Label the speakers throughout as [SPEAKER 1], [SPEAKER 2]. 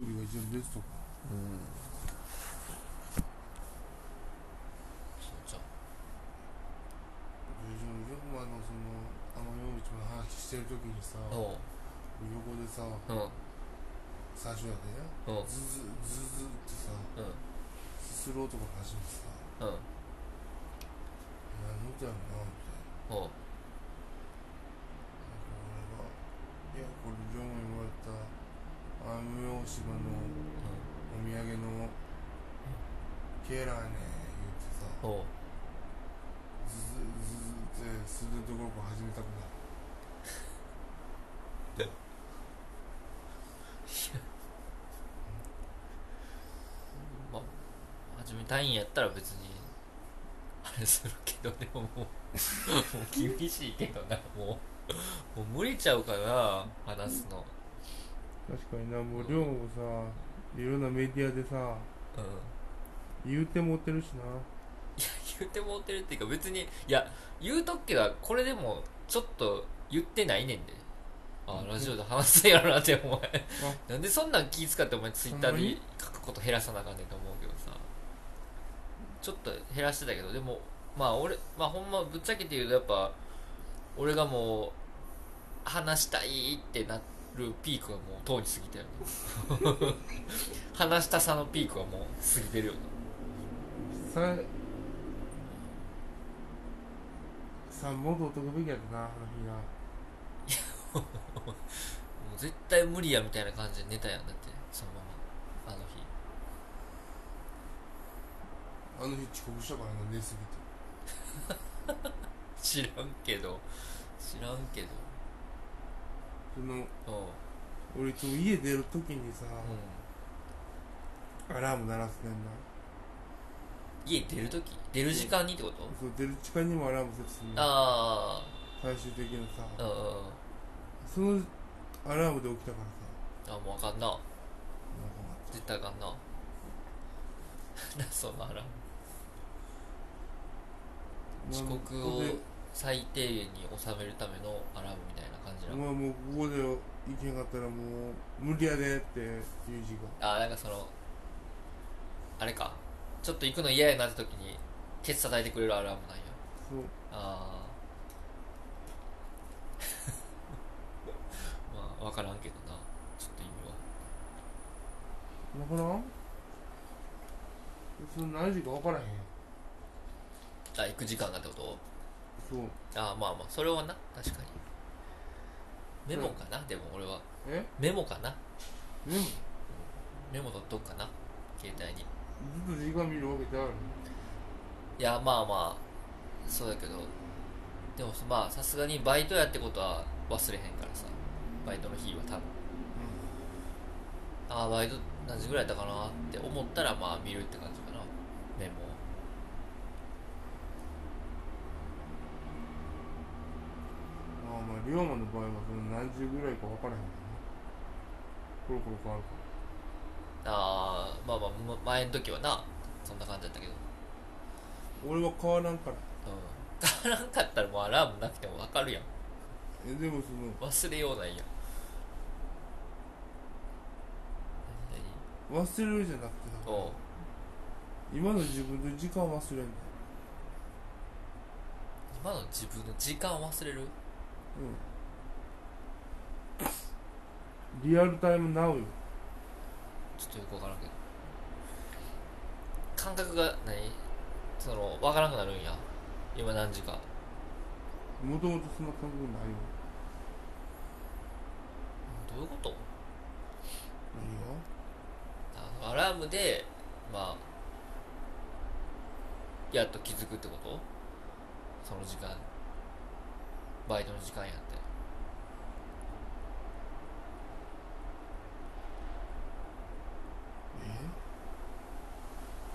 [SPEAKER 1] 準ですとか
[SPEAKER 2] そうじゃん
[SPEAKER 1] 友情龍馬のその天海陽一の話してる時にさ横
[SPEAKER 2] おう
[SPEAKER 1] でさ
[SPEAKER 2] うんうん
[SPEAKER 1] 最初やで、ね、
[SPEAKER 2] うん
[SPEAKER 1] ズズズズってさすする男の話にさ
[SPEAKER 2] うん
[SPEAKER 1] 何の歌やろなみたいなな
[SPEAKER 2] おう
[SPEAKER 1] んか俺が「いやこれ龍馬にもらった天海陽一のお土産のケラーね」言ってさ
[SPEAKER 2] うんおう
[SPEAKER 1] ズズズズってするところから始めたくなる
[SPEAKER 2] まあ始めたいんやったら別にあれするけどでももうもう厳しいけどなもうもう無理ちゃうかな話すの
[SPEAKER 1] 確かになもう龍馬もさいろんなメディアでさ
[SPEAKER 2] うん
[SPEAKER 1] 言うて持ってるしない
[SPEAKER 2] や 言うてもうてるっていうか別にいや言うとくけどこれでもちょっと言ってないねんであラジオで話せんやろなって お前なんでそんなん気使ってお前ツイッター
[SPEAKER 1] ほんま
[SPEAKER 2] で
[SPEAKER 1] に
[SPEAKER 2] 書くこと減らさなあかんねんと思うけどさちょっと減らしてたけどでもまあ俺まあほんまぶっちゃけて言うとやっぱ俺がもう話したいってなるピークはもうとうに過ぎてる 話したさのピークはもう過ぎてるよ
[SPEAKER 1] さ三本取っとくべきやったなあの日な
[SPEAKER 2] もう絶対無理やみたいな感じで寝たやんだってそのままあの日
[SPEAKER 1] あの日遅刻したからな寝すぎて
[SPEAKER 2] 知らんけど知らんけど
[SPEAKER 1] その
[SPEAKER 2] うんうん
[SPEAKER 1] 俺いつも家出る時にさ、アラーム鳴らすねんな
[SPEAKER 2] 家出るとき出る時間にってこと
[SPEAKER 1] そう出る時間にもアラームセットするの
[SPEAKER 2] あ
[SPEAKER 1] 最終的なさ
[SPEAKER 2] あうんうんうん
[SPEAKER 1] そのアラームで起きたからさ
[SPEAKER 2] あもうあかんな
[SPEAKER 1] なんかまあ
[SPEAKER 2] 絶対あかんななそのアラーム遅刻を
[SPEAKER 1] こ
[SPEAKER 2] 最低限に収めるためのアラームみたいな感じ
[SPEAKER 1] こで
[SPEAKER 2] な
[SPEAKER 1] まあもうここで行けなかったらもう無理やでっていう時間
[SPEAKER 2] あなんかそのあれかちょっと行くの嫌やなって時にケツ叩いてくれるアラームなんや
[SPEAKER 1] そう
[SPEAKER 2] ああ まあ分からんけどなちょっと意味は
[SPEAKER 1] わからんその何時か分からへん
[SPEAKER 2] あ行く時間がってこと
[SPEAKER 1] そう
[SPEAKER 2] ああまあまあそれはな確かにメモかな、でも俺は
[SPEAKER 1] え
[SPEAKER 2] メモかな
[SPEAKER 1] でも
[SPEAKER 2] メモ取っとくかな携帯に
[SPEAKER 1] ずっと時間見るわけじゃある
[SPEAKER 2] いやまあまあそうだけどでもまあさすがにバイトやってことは忘れへんからさバイトの日は多分ああバイト何時ぐらいだったかなって思ったらまあ見るって感じかなメモ
[SPEAKER 1] まあまあ龍馬の場合はその何時ぐらいか分からへんもんねコロコロ変わるか
[SPEAKER 2] ああまあまあむ前の時はなそんな感じだったけど
[SPEAKER 1] ら俺は変わらんから
[SPEAKER 2] うん 変わらんかったらもうアラームなくてもわかるやん
[SPEAKER 1] えでもその
[SPEAKER 2] 忘れようないやん何何
[SPEAKER 1] 忘れるじゃなくてさ
[SPEAKER 2] おう
[SPEAKER 1] 今の自分の時間忘れんねん
[SPEAKER 2] 今の自分の時間忘れる
[SPEAKER 1] うんリアルタイムナウよ
[SPEAKER 2] ちょっとよくわからんけど感覚が何そのわからなくなるんや今何時か
[SPEAKER 1] もともとそんな感覚ないよ
[SPEAKER 2] どういうこと
[SPEAKER 1] ないよ
[SPEAKER 2] あのアラームでまあやっと気づくってことその時間バイトの時間やって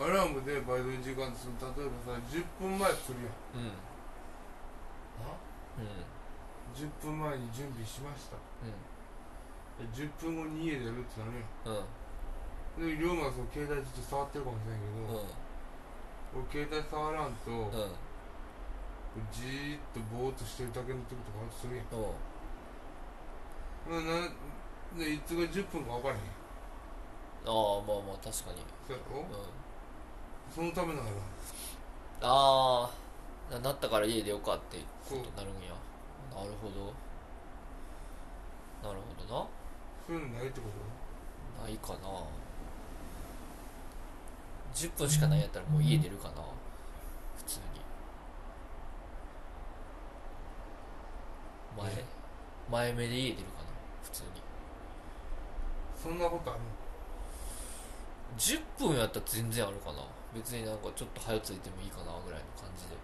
[SPEAKER 1] えアラームでバイトの時間ってその例えばさ10分前来るやん
[SPEAKER 2] うんうん
[SPEAKER 1] あ10分前に準備しましたで10分後に家出るってなる
[SPEAKER 2] うん
[SPEAKER 1] やんで龍馬はその携帯ずっと触ってるかもしれんけ
[SPEAKER 2] うん
[SPEAKER 1] ど、俺携帯触らんと、
[SPEAKER 2] うんうん
[SPEAKER 1] じーっとぼーっとしてるだけの時とかあるとするやん
[SPEAKER 2] おう
[SPEAKER 1] まあなでいつが10分か分からへん
[SPEAKER 2] あ確かに、
[SPEAKER 1] そうやろ
[SPEAKER 2] うん、
[SPEAKER 1] そのためだから
[SPEAKER 2] ああなったから家出ようかって
[SPEAKER 1] そう
[SPEAKER 2] ことになるんやなるほどなるほど
[SPEAKER 1] そういうのないってこと
[SPEAKER 2] なないかな10分しかないんやったらもう家出るかな普通に前
[SPEAKER 1] ね
[SPEAKER 2] 前目で家出るかな普通に
[SPEAKER 1] そんなことある
[SPEAKER 2] 10分やったら全然あるかな別になんかちょっと早ついてもいいかなぐらいの感じで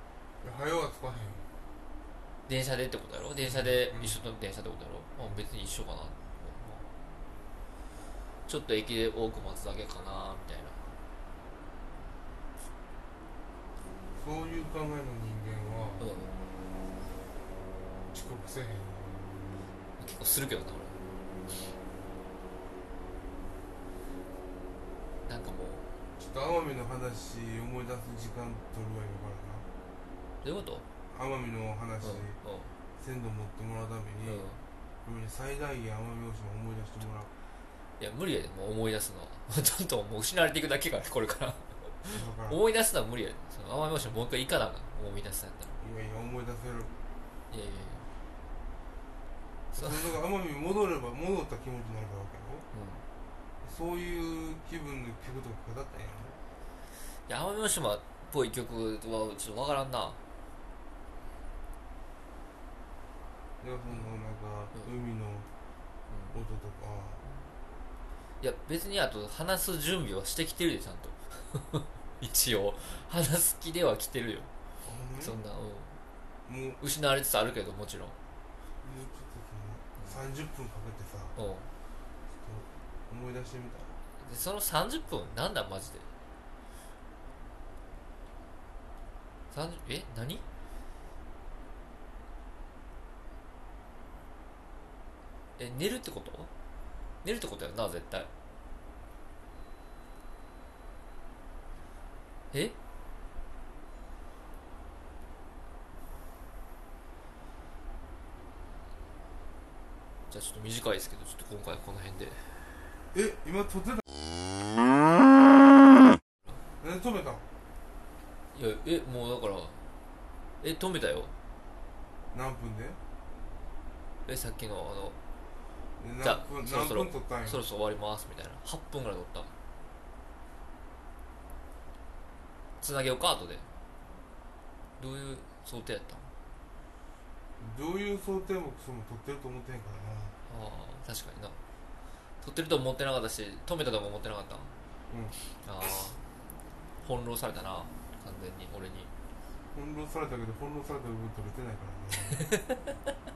[SPEAKER 1] いや早はつかへんよ
[SPEAKER 2] 電車でってことやろ電車で
[SPEAKER 1] うん
[SPEAKER 2] 一緒の電車ってことやろ、まあ、別に一緒かなちょっと駅で多く待つだけかなみたいな
[SPEAKER 1] そういう考えの人間は
[SPEAKER 2] うん
[SPEAKER 1] 遅刻せへんよ
[SPEAKER 2] 結構するけどな俺なんかもう
[SPEAKER 1] ちょっと奄美の話思い出す時間取るわよか
[SPEAKER 2] どういうこと
[SPEAKER 1] らな奄美の話
[SPEAKER 2] うん
[SPEAKER 1] 鮮度持ってもらうため
[SPEAKER 2] うん
[SPEAKER 1] に、ご
[SPEAKER 2] うん
[SPEAKER 1] めんね最大限奄美大島思い出してもらう
[SPEAKER 2] いや無理やでもう思い出すのは ちょっともう失われていくだけからこれから
[SPEAKER 1] だからい
[SPEAKER 2] 思い出すのは無理やでその奄美大島もう一回行かなあかん思い出すんやったら
[SPEAKER 1] やいや思い出せる
[SPEAKER 2] いやいやいや
[SPEAKER 1] そ
[SPEAKER 2] そう
[SPEAKER 1] れだから奄美戻れば戻った気持ちになるわけよ
[SPEAKER 2] うん
[SPEAKER 1] そういう気分で曲とか語ったんや
[SPEAKER 2] いや奄美大島っぽい曲はちょっとわからんな
[SPEAKER 1] ろでそのなんか
[SPEAKER 2] う
[SPEAKER 1] 海の音とか
[SPEAKER 2] いや別にあと話す準備はしてきてるでちゃんと 一応話す気では来てるよ
[SPEAKER 1] あほんまに
[SPEAKER 2] そんな、うん
[SPEAKER 1] もう
[SPEAKER 2] 失われつつあるけどもちろん
[SPEAKER 1] もうちょっとその30分かけてさちょっ
[SPEAKER 2] うん
[SPEAKER 1] と思い出してみたら
[SPEAKER 2] でその30分なんだマジで30え何え寝るってこと寝るってことやんな絶対えじゃあちょっと短いですけどちょっと今回はこの辺で
[SPEAKER 1] え今撮ってた何で止めたん
[SPEAKER 2] いやえもうだからえ止めたよ
[SPEAKER 1] 何分で
[SPEAKER 2] えさっきのあの
[SPEAKER 1] で
[SPEAKER 2] じゃあ
[SPEAKER 1] 何分
[SPEAKER 2] そろ
[SPEAKER 1] 何
[SPEAKER 2] そろ
[SPEAKER 1] 分撮ったんや
[SPEAKER 2] そろそろ終わりますみたいな8分ぐらい取ったつなげようか後でどういう想定やったの
[SPEAKER 1] どういう想定もクソも撮ってると思ってへんからな
[SPEAKER 2] ああ確かにな取ってると思ってなかったし止めたとも思ってなかったうんああ翻弄されたな完全に俺に
[SPEAKER 1] 翻弄されたけど翻弄された部分取れてない からね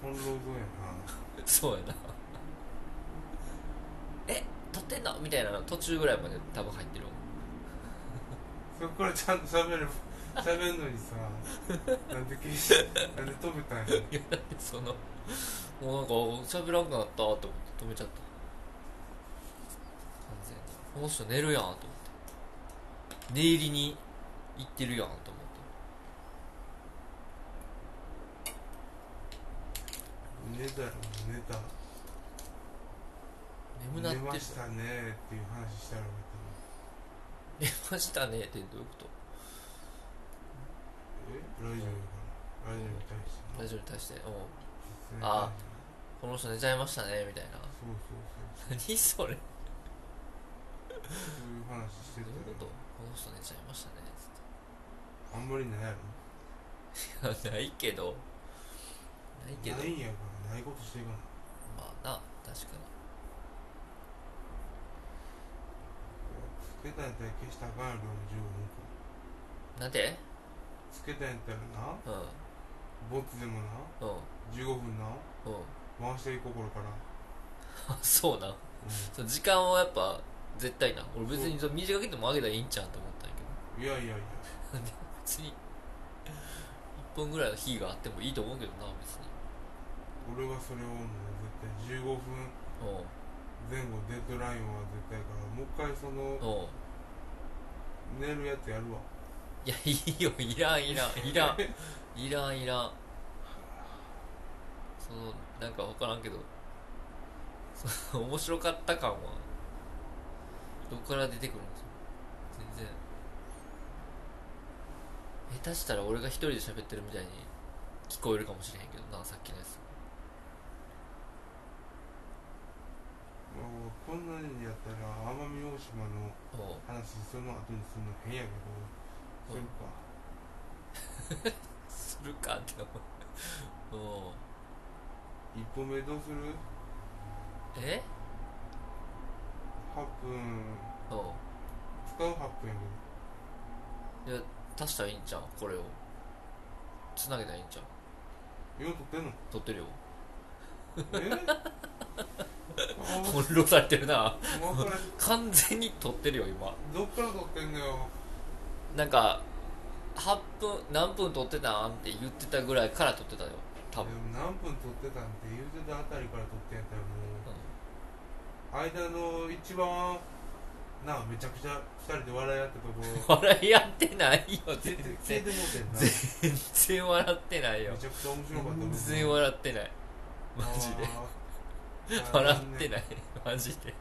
[SPEAKER 1] 翻弄ゾーンやな
[SPEAKER 2] そうやな え撮ってんのみたいな途中ぐらいまで多分入ってる
[SPEAKER 1] そこからちゃんと喋る喋るのにさなんで消しなんで止めたんや
[SPEAKER 2] いやだって そのもうなんか喋らんくなったと思って止めちゃった完全にこの人寝るやんと思って寝入りに行ってるやんと思っ
[SPEAKER 1] 寝たよ寝た
[SPEAKER 2] て眠なって
[SPEAKER 1] 寝
[SPEAKER 2] る
[SPEAKER 1] ましたねっていう話したらよかっ
[SPEAKER 2] 寝ましたねってどういうこと
[SPEAKER 1] たのえラジオやからラジオに対して
[SPEAKER 2] ラ
[SPEAKER 1] な
[SPEAKER 2] ジオに対してう
[SPEAKER 1] 説明
[SPEAKER 2] んあこの人寝ちゃいましたねみたいな
[SPEAKER 1] そうそう
[SPEAKER 2] 何それ
[SPEAKER 1] そうそういう話して
[SPEAKER 2] どう
[SPEAKER 1] た
[SPEAKER 2] いうこと
[SPEAKER 1] よ
[SPEAKER 2] この人寝ちゃいましたねつって
[SPEAKER 1] あんまりないやろ
[SPEAKER 2] いやないけどないけど
[SPEAKER 1] ないんやからないことしていかな
[SPEAKER 2] まあな確かに
[SPEAKER 1] つけたんやったら消したらあかんやろ15分間
[SPEAKER 2] なんで
[SPEAKER 1] つけたんやったらな
[SPEAKER 2] うん
[SPEAKER 1] ボツでもな
[SPEAKER 2] うん
[SPEAKER 1] 15分な
[SPEAKER 2] うん
[SPEAKER 1] 回していこうこれから、
[SPEAKER 2] あそうなん
[SPEAKER 1] う
[SPEAKER 2] その時間はやっぱ絶対な俺別にその短くても上げたらいいんちゃうんと思ったんやけど
[SPEAKER 1] ん、いやいやいや
[SPEAKER 2] 別に1分ぐらいの日があってもいいと思うけどな別に
[SPEAKER 1] 俺はそれをもう絶対15分
[SPEAKER 2] うん
[SPEAKER 1] 前後デッドラインは絶対やからもう一回その
[SPEAKER 2] うん
[SPEAKER 1] 寝るやつやるわ
[SPEAKER 2] いやいいよいらんいらんいらんいらんいらんそのなんか分からんけどその面白かった感はどこから出てくるの全然下手したら俺が一人で喋ってるみたいに聞こえるかもしれへんけどなさっきのやつ
[SPEAKER 1] まあこんなにやったら奄美大島の
[SPEAKER 2] おう
[SPEAKER 1] 話その後にするの変やけどするか
[SPEAKER 2] するかって思うおう
[SPEAKER 1] 1個目どうする
[SPEAKER 2] え
[SPEAKER 1] ?8 分
[SPEAKER 2] おう
[SPEAKER 1] 使う8分や
[SPEAKER 2] 足したらいいんちゃうこれをつなげたらいいんちゃう
[SPEAKER 1] けどよう撮ってんの
[SPEAKER 2] 撮ってるよ
[SPEAKER 1] えあ
[SPEAKER 2] 翻弄されてるな
[SPEAKER 1] もうこれ
[SPEAKER 2] 完全に撮ってるよ今
[SPEAKER 1] どっから撮ってんのよ
[SPEAKER 2] なんか8分何分撮ってたんって言ってたぐらいから撮ってたよ多分、
[SPEAKER 1] でも何分撮ってたんって言うてたあたりから撮ってんやったらもう
[SPEAKER 2] う
[SPEAKER 1] 間の一番なあめちゃくちゃ2人で笑い合ったところ
[SPEAKER 2] ん、笑いやってないよ全
[SPEAKER 1] 消えて消え
[SPEAKER 2] 然
[SPEAKER 1] てもうてんな
[SPEAKER 2] 全然笑ってないよ
[SPEAKER 1] めちゃくちゃ面白かった
[SPEAKER 2] 全然笑ってないマジで笑ってないいマジで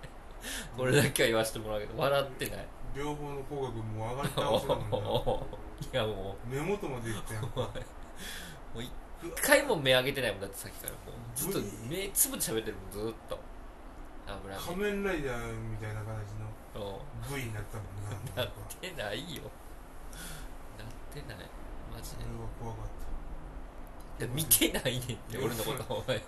[SPEAKER 2] これだけは言わせてもらうけど笑ってない
[SPEAKER 1] 両方の口角もう上がり
[SPEAKER 2] お
[SPEAKER 1] 倒せたも ん
[SPEAKER 2] いやも
[SPEAKER 1] な目元までいったやん
[SPEAKER 2] うもう一回も目上げてないもんだってさっきからもうずっと目つぶって喋ってるもんずっと油
[SPEAKER 1] 仮面ライダーみたいな形の
[SPEAKER 2] うん
[SPEAKER 1] V になったもんなな
[SPEAKER 2] な
[SPEAKER 1] ん
[SPEAKER 2] っ
[SPEAKER 1] か
[SPEAKER 2] てないよなってないマジ
[SPEAKER 1] あれは怖かっ
[SPEAKER 2] でいや見てないねんって俺のことお前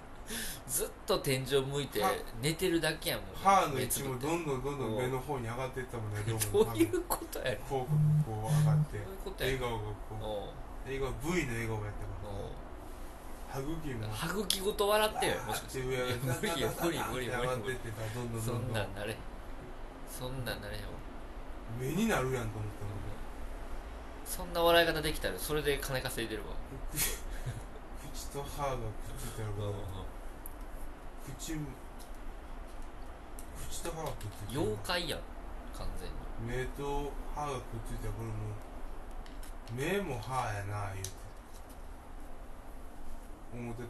[SPEAKER 2] ずっと天井向いて
[SPEAKER 1] は
[SPEAKER 2] 寝てるだけやもん
[SPEAKER 1] た歯の位
[SPEAKER 2] 目
[SPEAKER 1] 置
[SPEAKER 2] つぶ
[SPEAKER 1] も
[SPEAKER 2] って
[SPEAKER 1] どんどんどんどん上の方に上がっていったもん ね両方
[SPEAKER 2] ど
[SPEAKER 1] の歯
[SPEAKER 2] うい
[SPEAKER 1] が
[SPEAKER 2] うことやねん
[SPEAKER 1] 口角こう上がって
[SPEAKER 2] どういうことや
[SPEAKER 1] 笑
[SPEAKER 2] ねん
[SPEAKER 1] 顔が
[SPEAKER 2] お
[SPEAKER 1] こ
[SPEAKER 2] う
[SPEAKER 1] う笑顔 V の笑顔やったから
[SPEAKER 2] おう
[SPEAKER 1] 歯茎も
[SPEAKER 2] 歯茎ごと笑ってよもしかして
[SPEAKER 1] て上
[SPEAKER 2] いや無理よ無理無理無理
[SPEAKER 1] 上がっていってたらどんどんど
[SPEAKER 2] そ
[SPEAKER 1] ん
[SPEAKER 2] ん
[SPEAKER 1] ど
[SPEAKER 2] なんんなれへんそんなんなれへんわ
[SPEAKER 1] 目になるやんと思ったもん
[SPEAKER 2] そんな笑い方できたらそれで金稼いでるわ
[SPEAKER 1] 口と歯がくっついてるから口も口と歯がくっついてる
[SPEAKER 2] 妖怪やん完全に
[SPEAKER 1] 目と歯がくっついてるこれもう目も歯やな言うて思ってた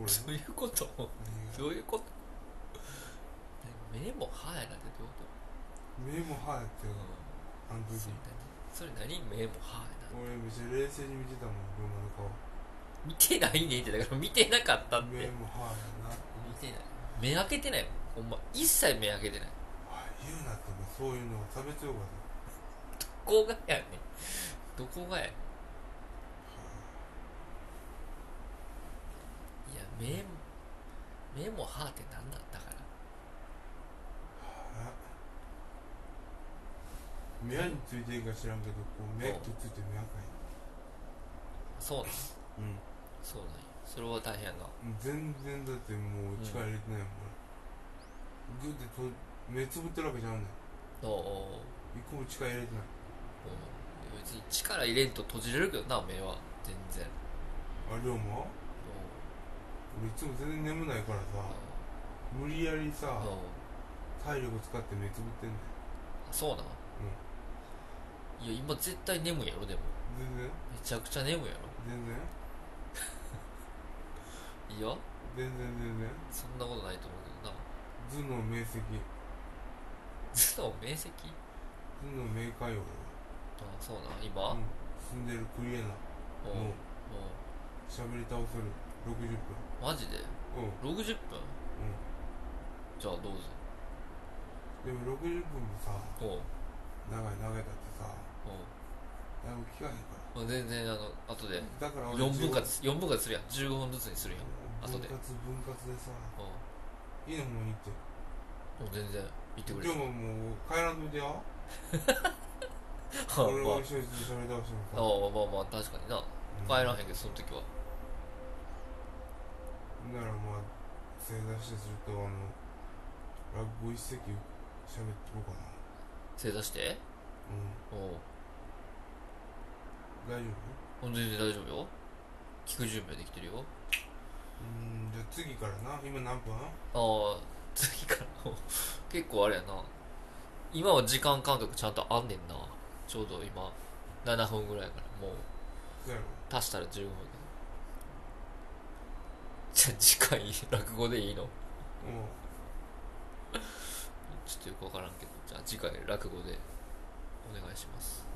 [SPEAKER 1] 俺
[SPEAKER 2] そういうこと
[SPEAKER 1] 何が
[SPEAKER 2] どういうこと目も歯やなんてどうい
[SPEAKER 1] 目
[SPEAKER 2] うこと
[SPEAKER 1] も歯やって
[SPEAKER 2] うん
[SPEAKER 1] るあの時
[SPEAKER 2] それ何目も歯やな
[SPEAKER 1] 俺めっちゃ冷静に見てたもん車の顔
[SPEAKER 2] 見てないねんってだから見てなかったって見
[SPEAKER 1] 目
[SPEAKER 2] て
[SPEAKER 1] も歯やな
[SPEAKER 2] ない目開けてないもんほんま一切目開けてない
[SPEAKER 1] あ言うなってもそういうのは差別用語だ
[SPEAKER 2] どこがやねんどこがやねんいや目目も歯って何なんだから
[SPEAKER 1] 目についてるか知らんけどこう目くっついて目赤い
[SPEAKER 2] そうな
[SPEAKER 1] うん
[SPEAKER 2] んそうなんやそれは大変やな
[SPEAKER 1] 全然だってもう力入れてないもん、俺グッてと目つぶってるわけじゃんねん
[SPEAKER 2] おうおう
[SPEAKER 1] 一個も力入れてない
[SPEAKER 2] おう別に力入れんと閉じれるけどな目は全然
[SPEAKER 1] あ龍馬
[SPEAKER 2] おう
[SPEAKER 1] 俺いつも全然眠ないからさ無理やりさ
[SPEAKER 2] おうおう
[SPEAKER 1] 体力使って目つぶってんねん
[SPEAKER 2] そうなんいや今絶対眠いやろでも
[SPEAKER 1] 全然
[SPEAKER 2] めちゃくちゃ眠いや
[SPEAKER 1] 全然
[SPEAKER 2] ろいや
[SPEAKER 1] 全然全然
[SPEAKER 2] そんなことないと思うけどな
[SPEAKER 1] 頭脳明晰
[SPEAKER 2] 頭脳明晰
[SPEAKER 1] 頭脳明快よ
[SPEAKER 2] あそうなん
[SPEAKER 1] 俺
[SPEAKER 2] 今、
[SPEAKER 1] は、うん、住んでるクリエナ
[SPEAKER 2] おう
[SPEAKER 1] の
[SPEAKER 2] おう
[SPEAKER 1] 喋り倒せる60分
[SPEAKER 2] マジで
[SPEAKER 1] うんうん
[SPEAKER 2] 60分じゃあどうぞ
[SPEAKER 1] でも60分もさ
[SPEAKER 2] おう
[SPEAKER 1] 長い長いだってさ
[SPEAKER 2] お
[SPEAKER 1] 誰も聞かへんか
[SPEAKER 2] うまあ全然あの後で
[SPEAKER 1] らだから俺
[SPEAKER 2] 4分割4分割するやん15分ずつにするやん
[SPEAKER 1] 分
[SPEAKER 2] 後
[SPEAKER 1] 割
[SPEAKER 2] で
[SPEAKER 1] 分割でさ
[SPEAKER 2] おう
[SPEAKER 1] いいのもういいって
[SPEAKER 2] もう全然言ってくれ
[SPEAKER 1] 今日ももう帰らんといてよ
[SPEAKER 2] は
[SPEAKER 1] 俺が
[SPEAKER 2] あ
[SPEAKER 1] 一緒に喋り倒して
[SPEAKER 2] まあ
[SPEAKER 1] も
[SPEAKER 2] あまあまあ確かにな
[SPEAKER 1] さ
[SPEAKER 2] 帰ら
[SPEAKER 1] ん
[SPEAKER 2] へんけどその時は
[SPEAKER 1] ならまあ正座してするとあのラップ一席喋ってこうかな
[SPEAKER 2] 正座して
[SPEAKER 1] うん
[SPEAKER 2] おう
[SPEAKER 1] 大丈夫
[SPEAKER 2] 全然大丈夫よ聞く準備はできてるよ
[SPEAKER 1] うんじゃあ次からな今何分
[SPEAKER 2] ああ 次からもう結構あれやな今は時間感覚ちゃんとあんねんなちょうど今7分ぐらいやからもう
[SPEAKER 1] そうやろ
[SPEAKER 2] 足したら15分やけどじゃあ次回落語でいいの
[SPEAKER 1] うん
[SPEAKER 2] ちょっとよくわからんけどじゃあ次回落語でお願いします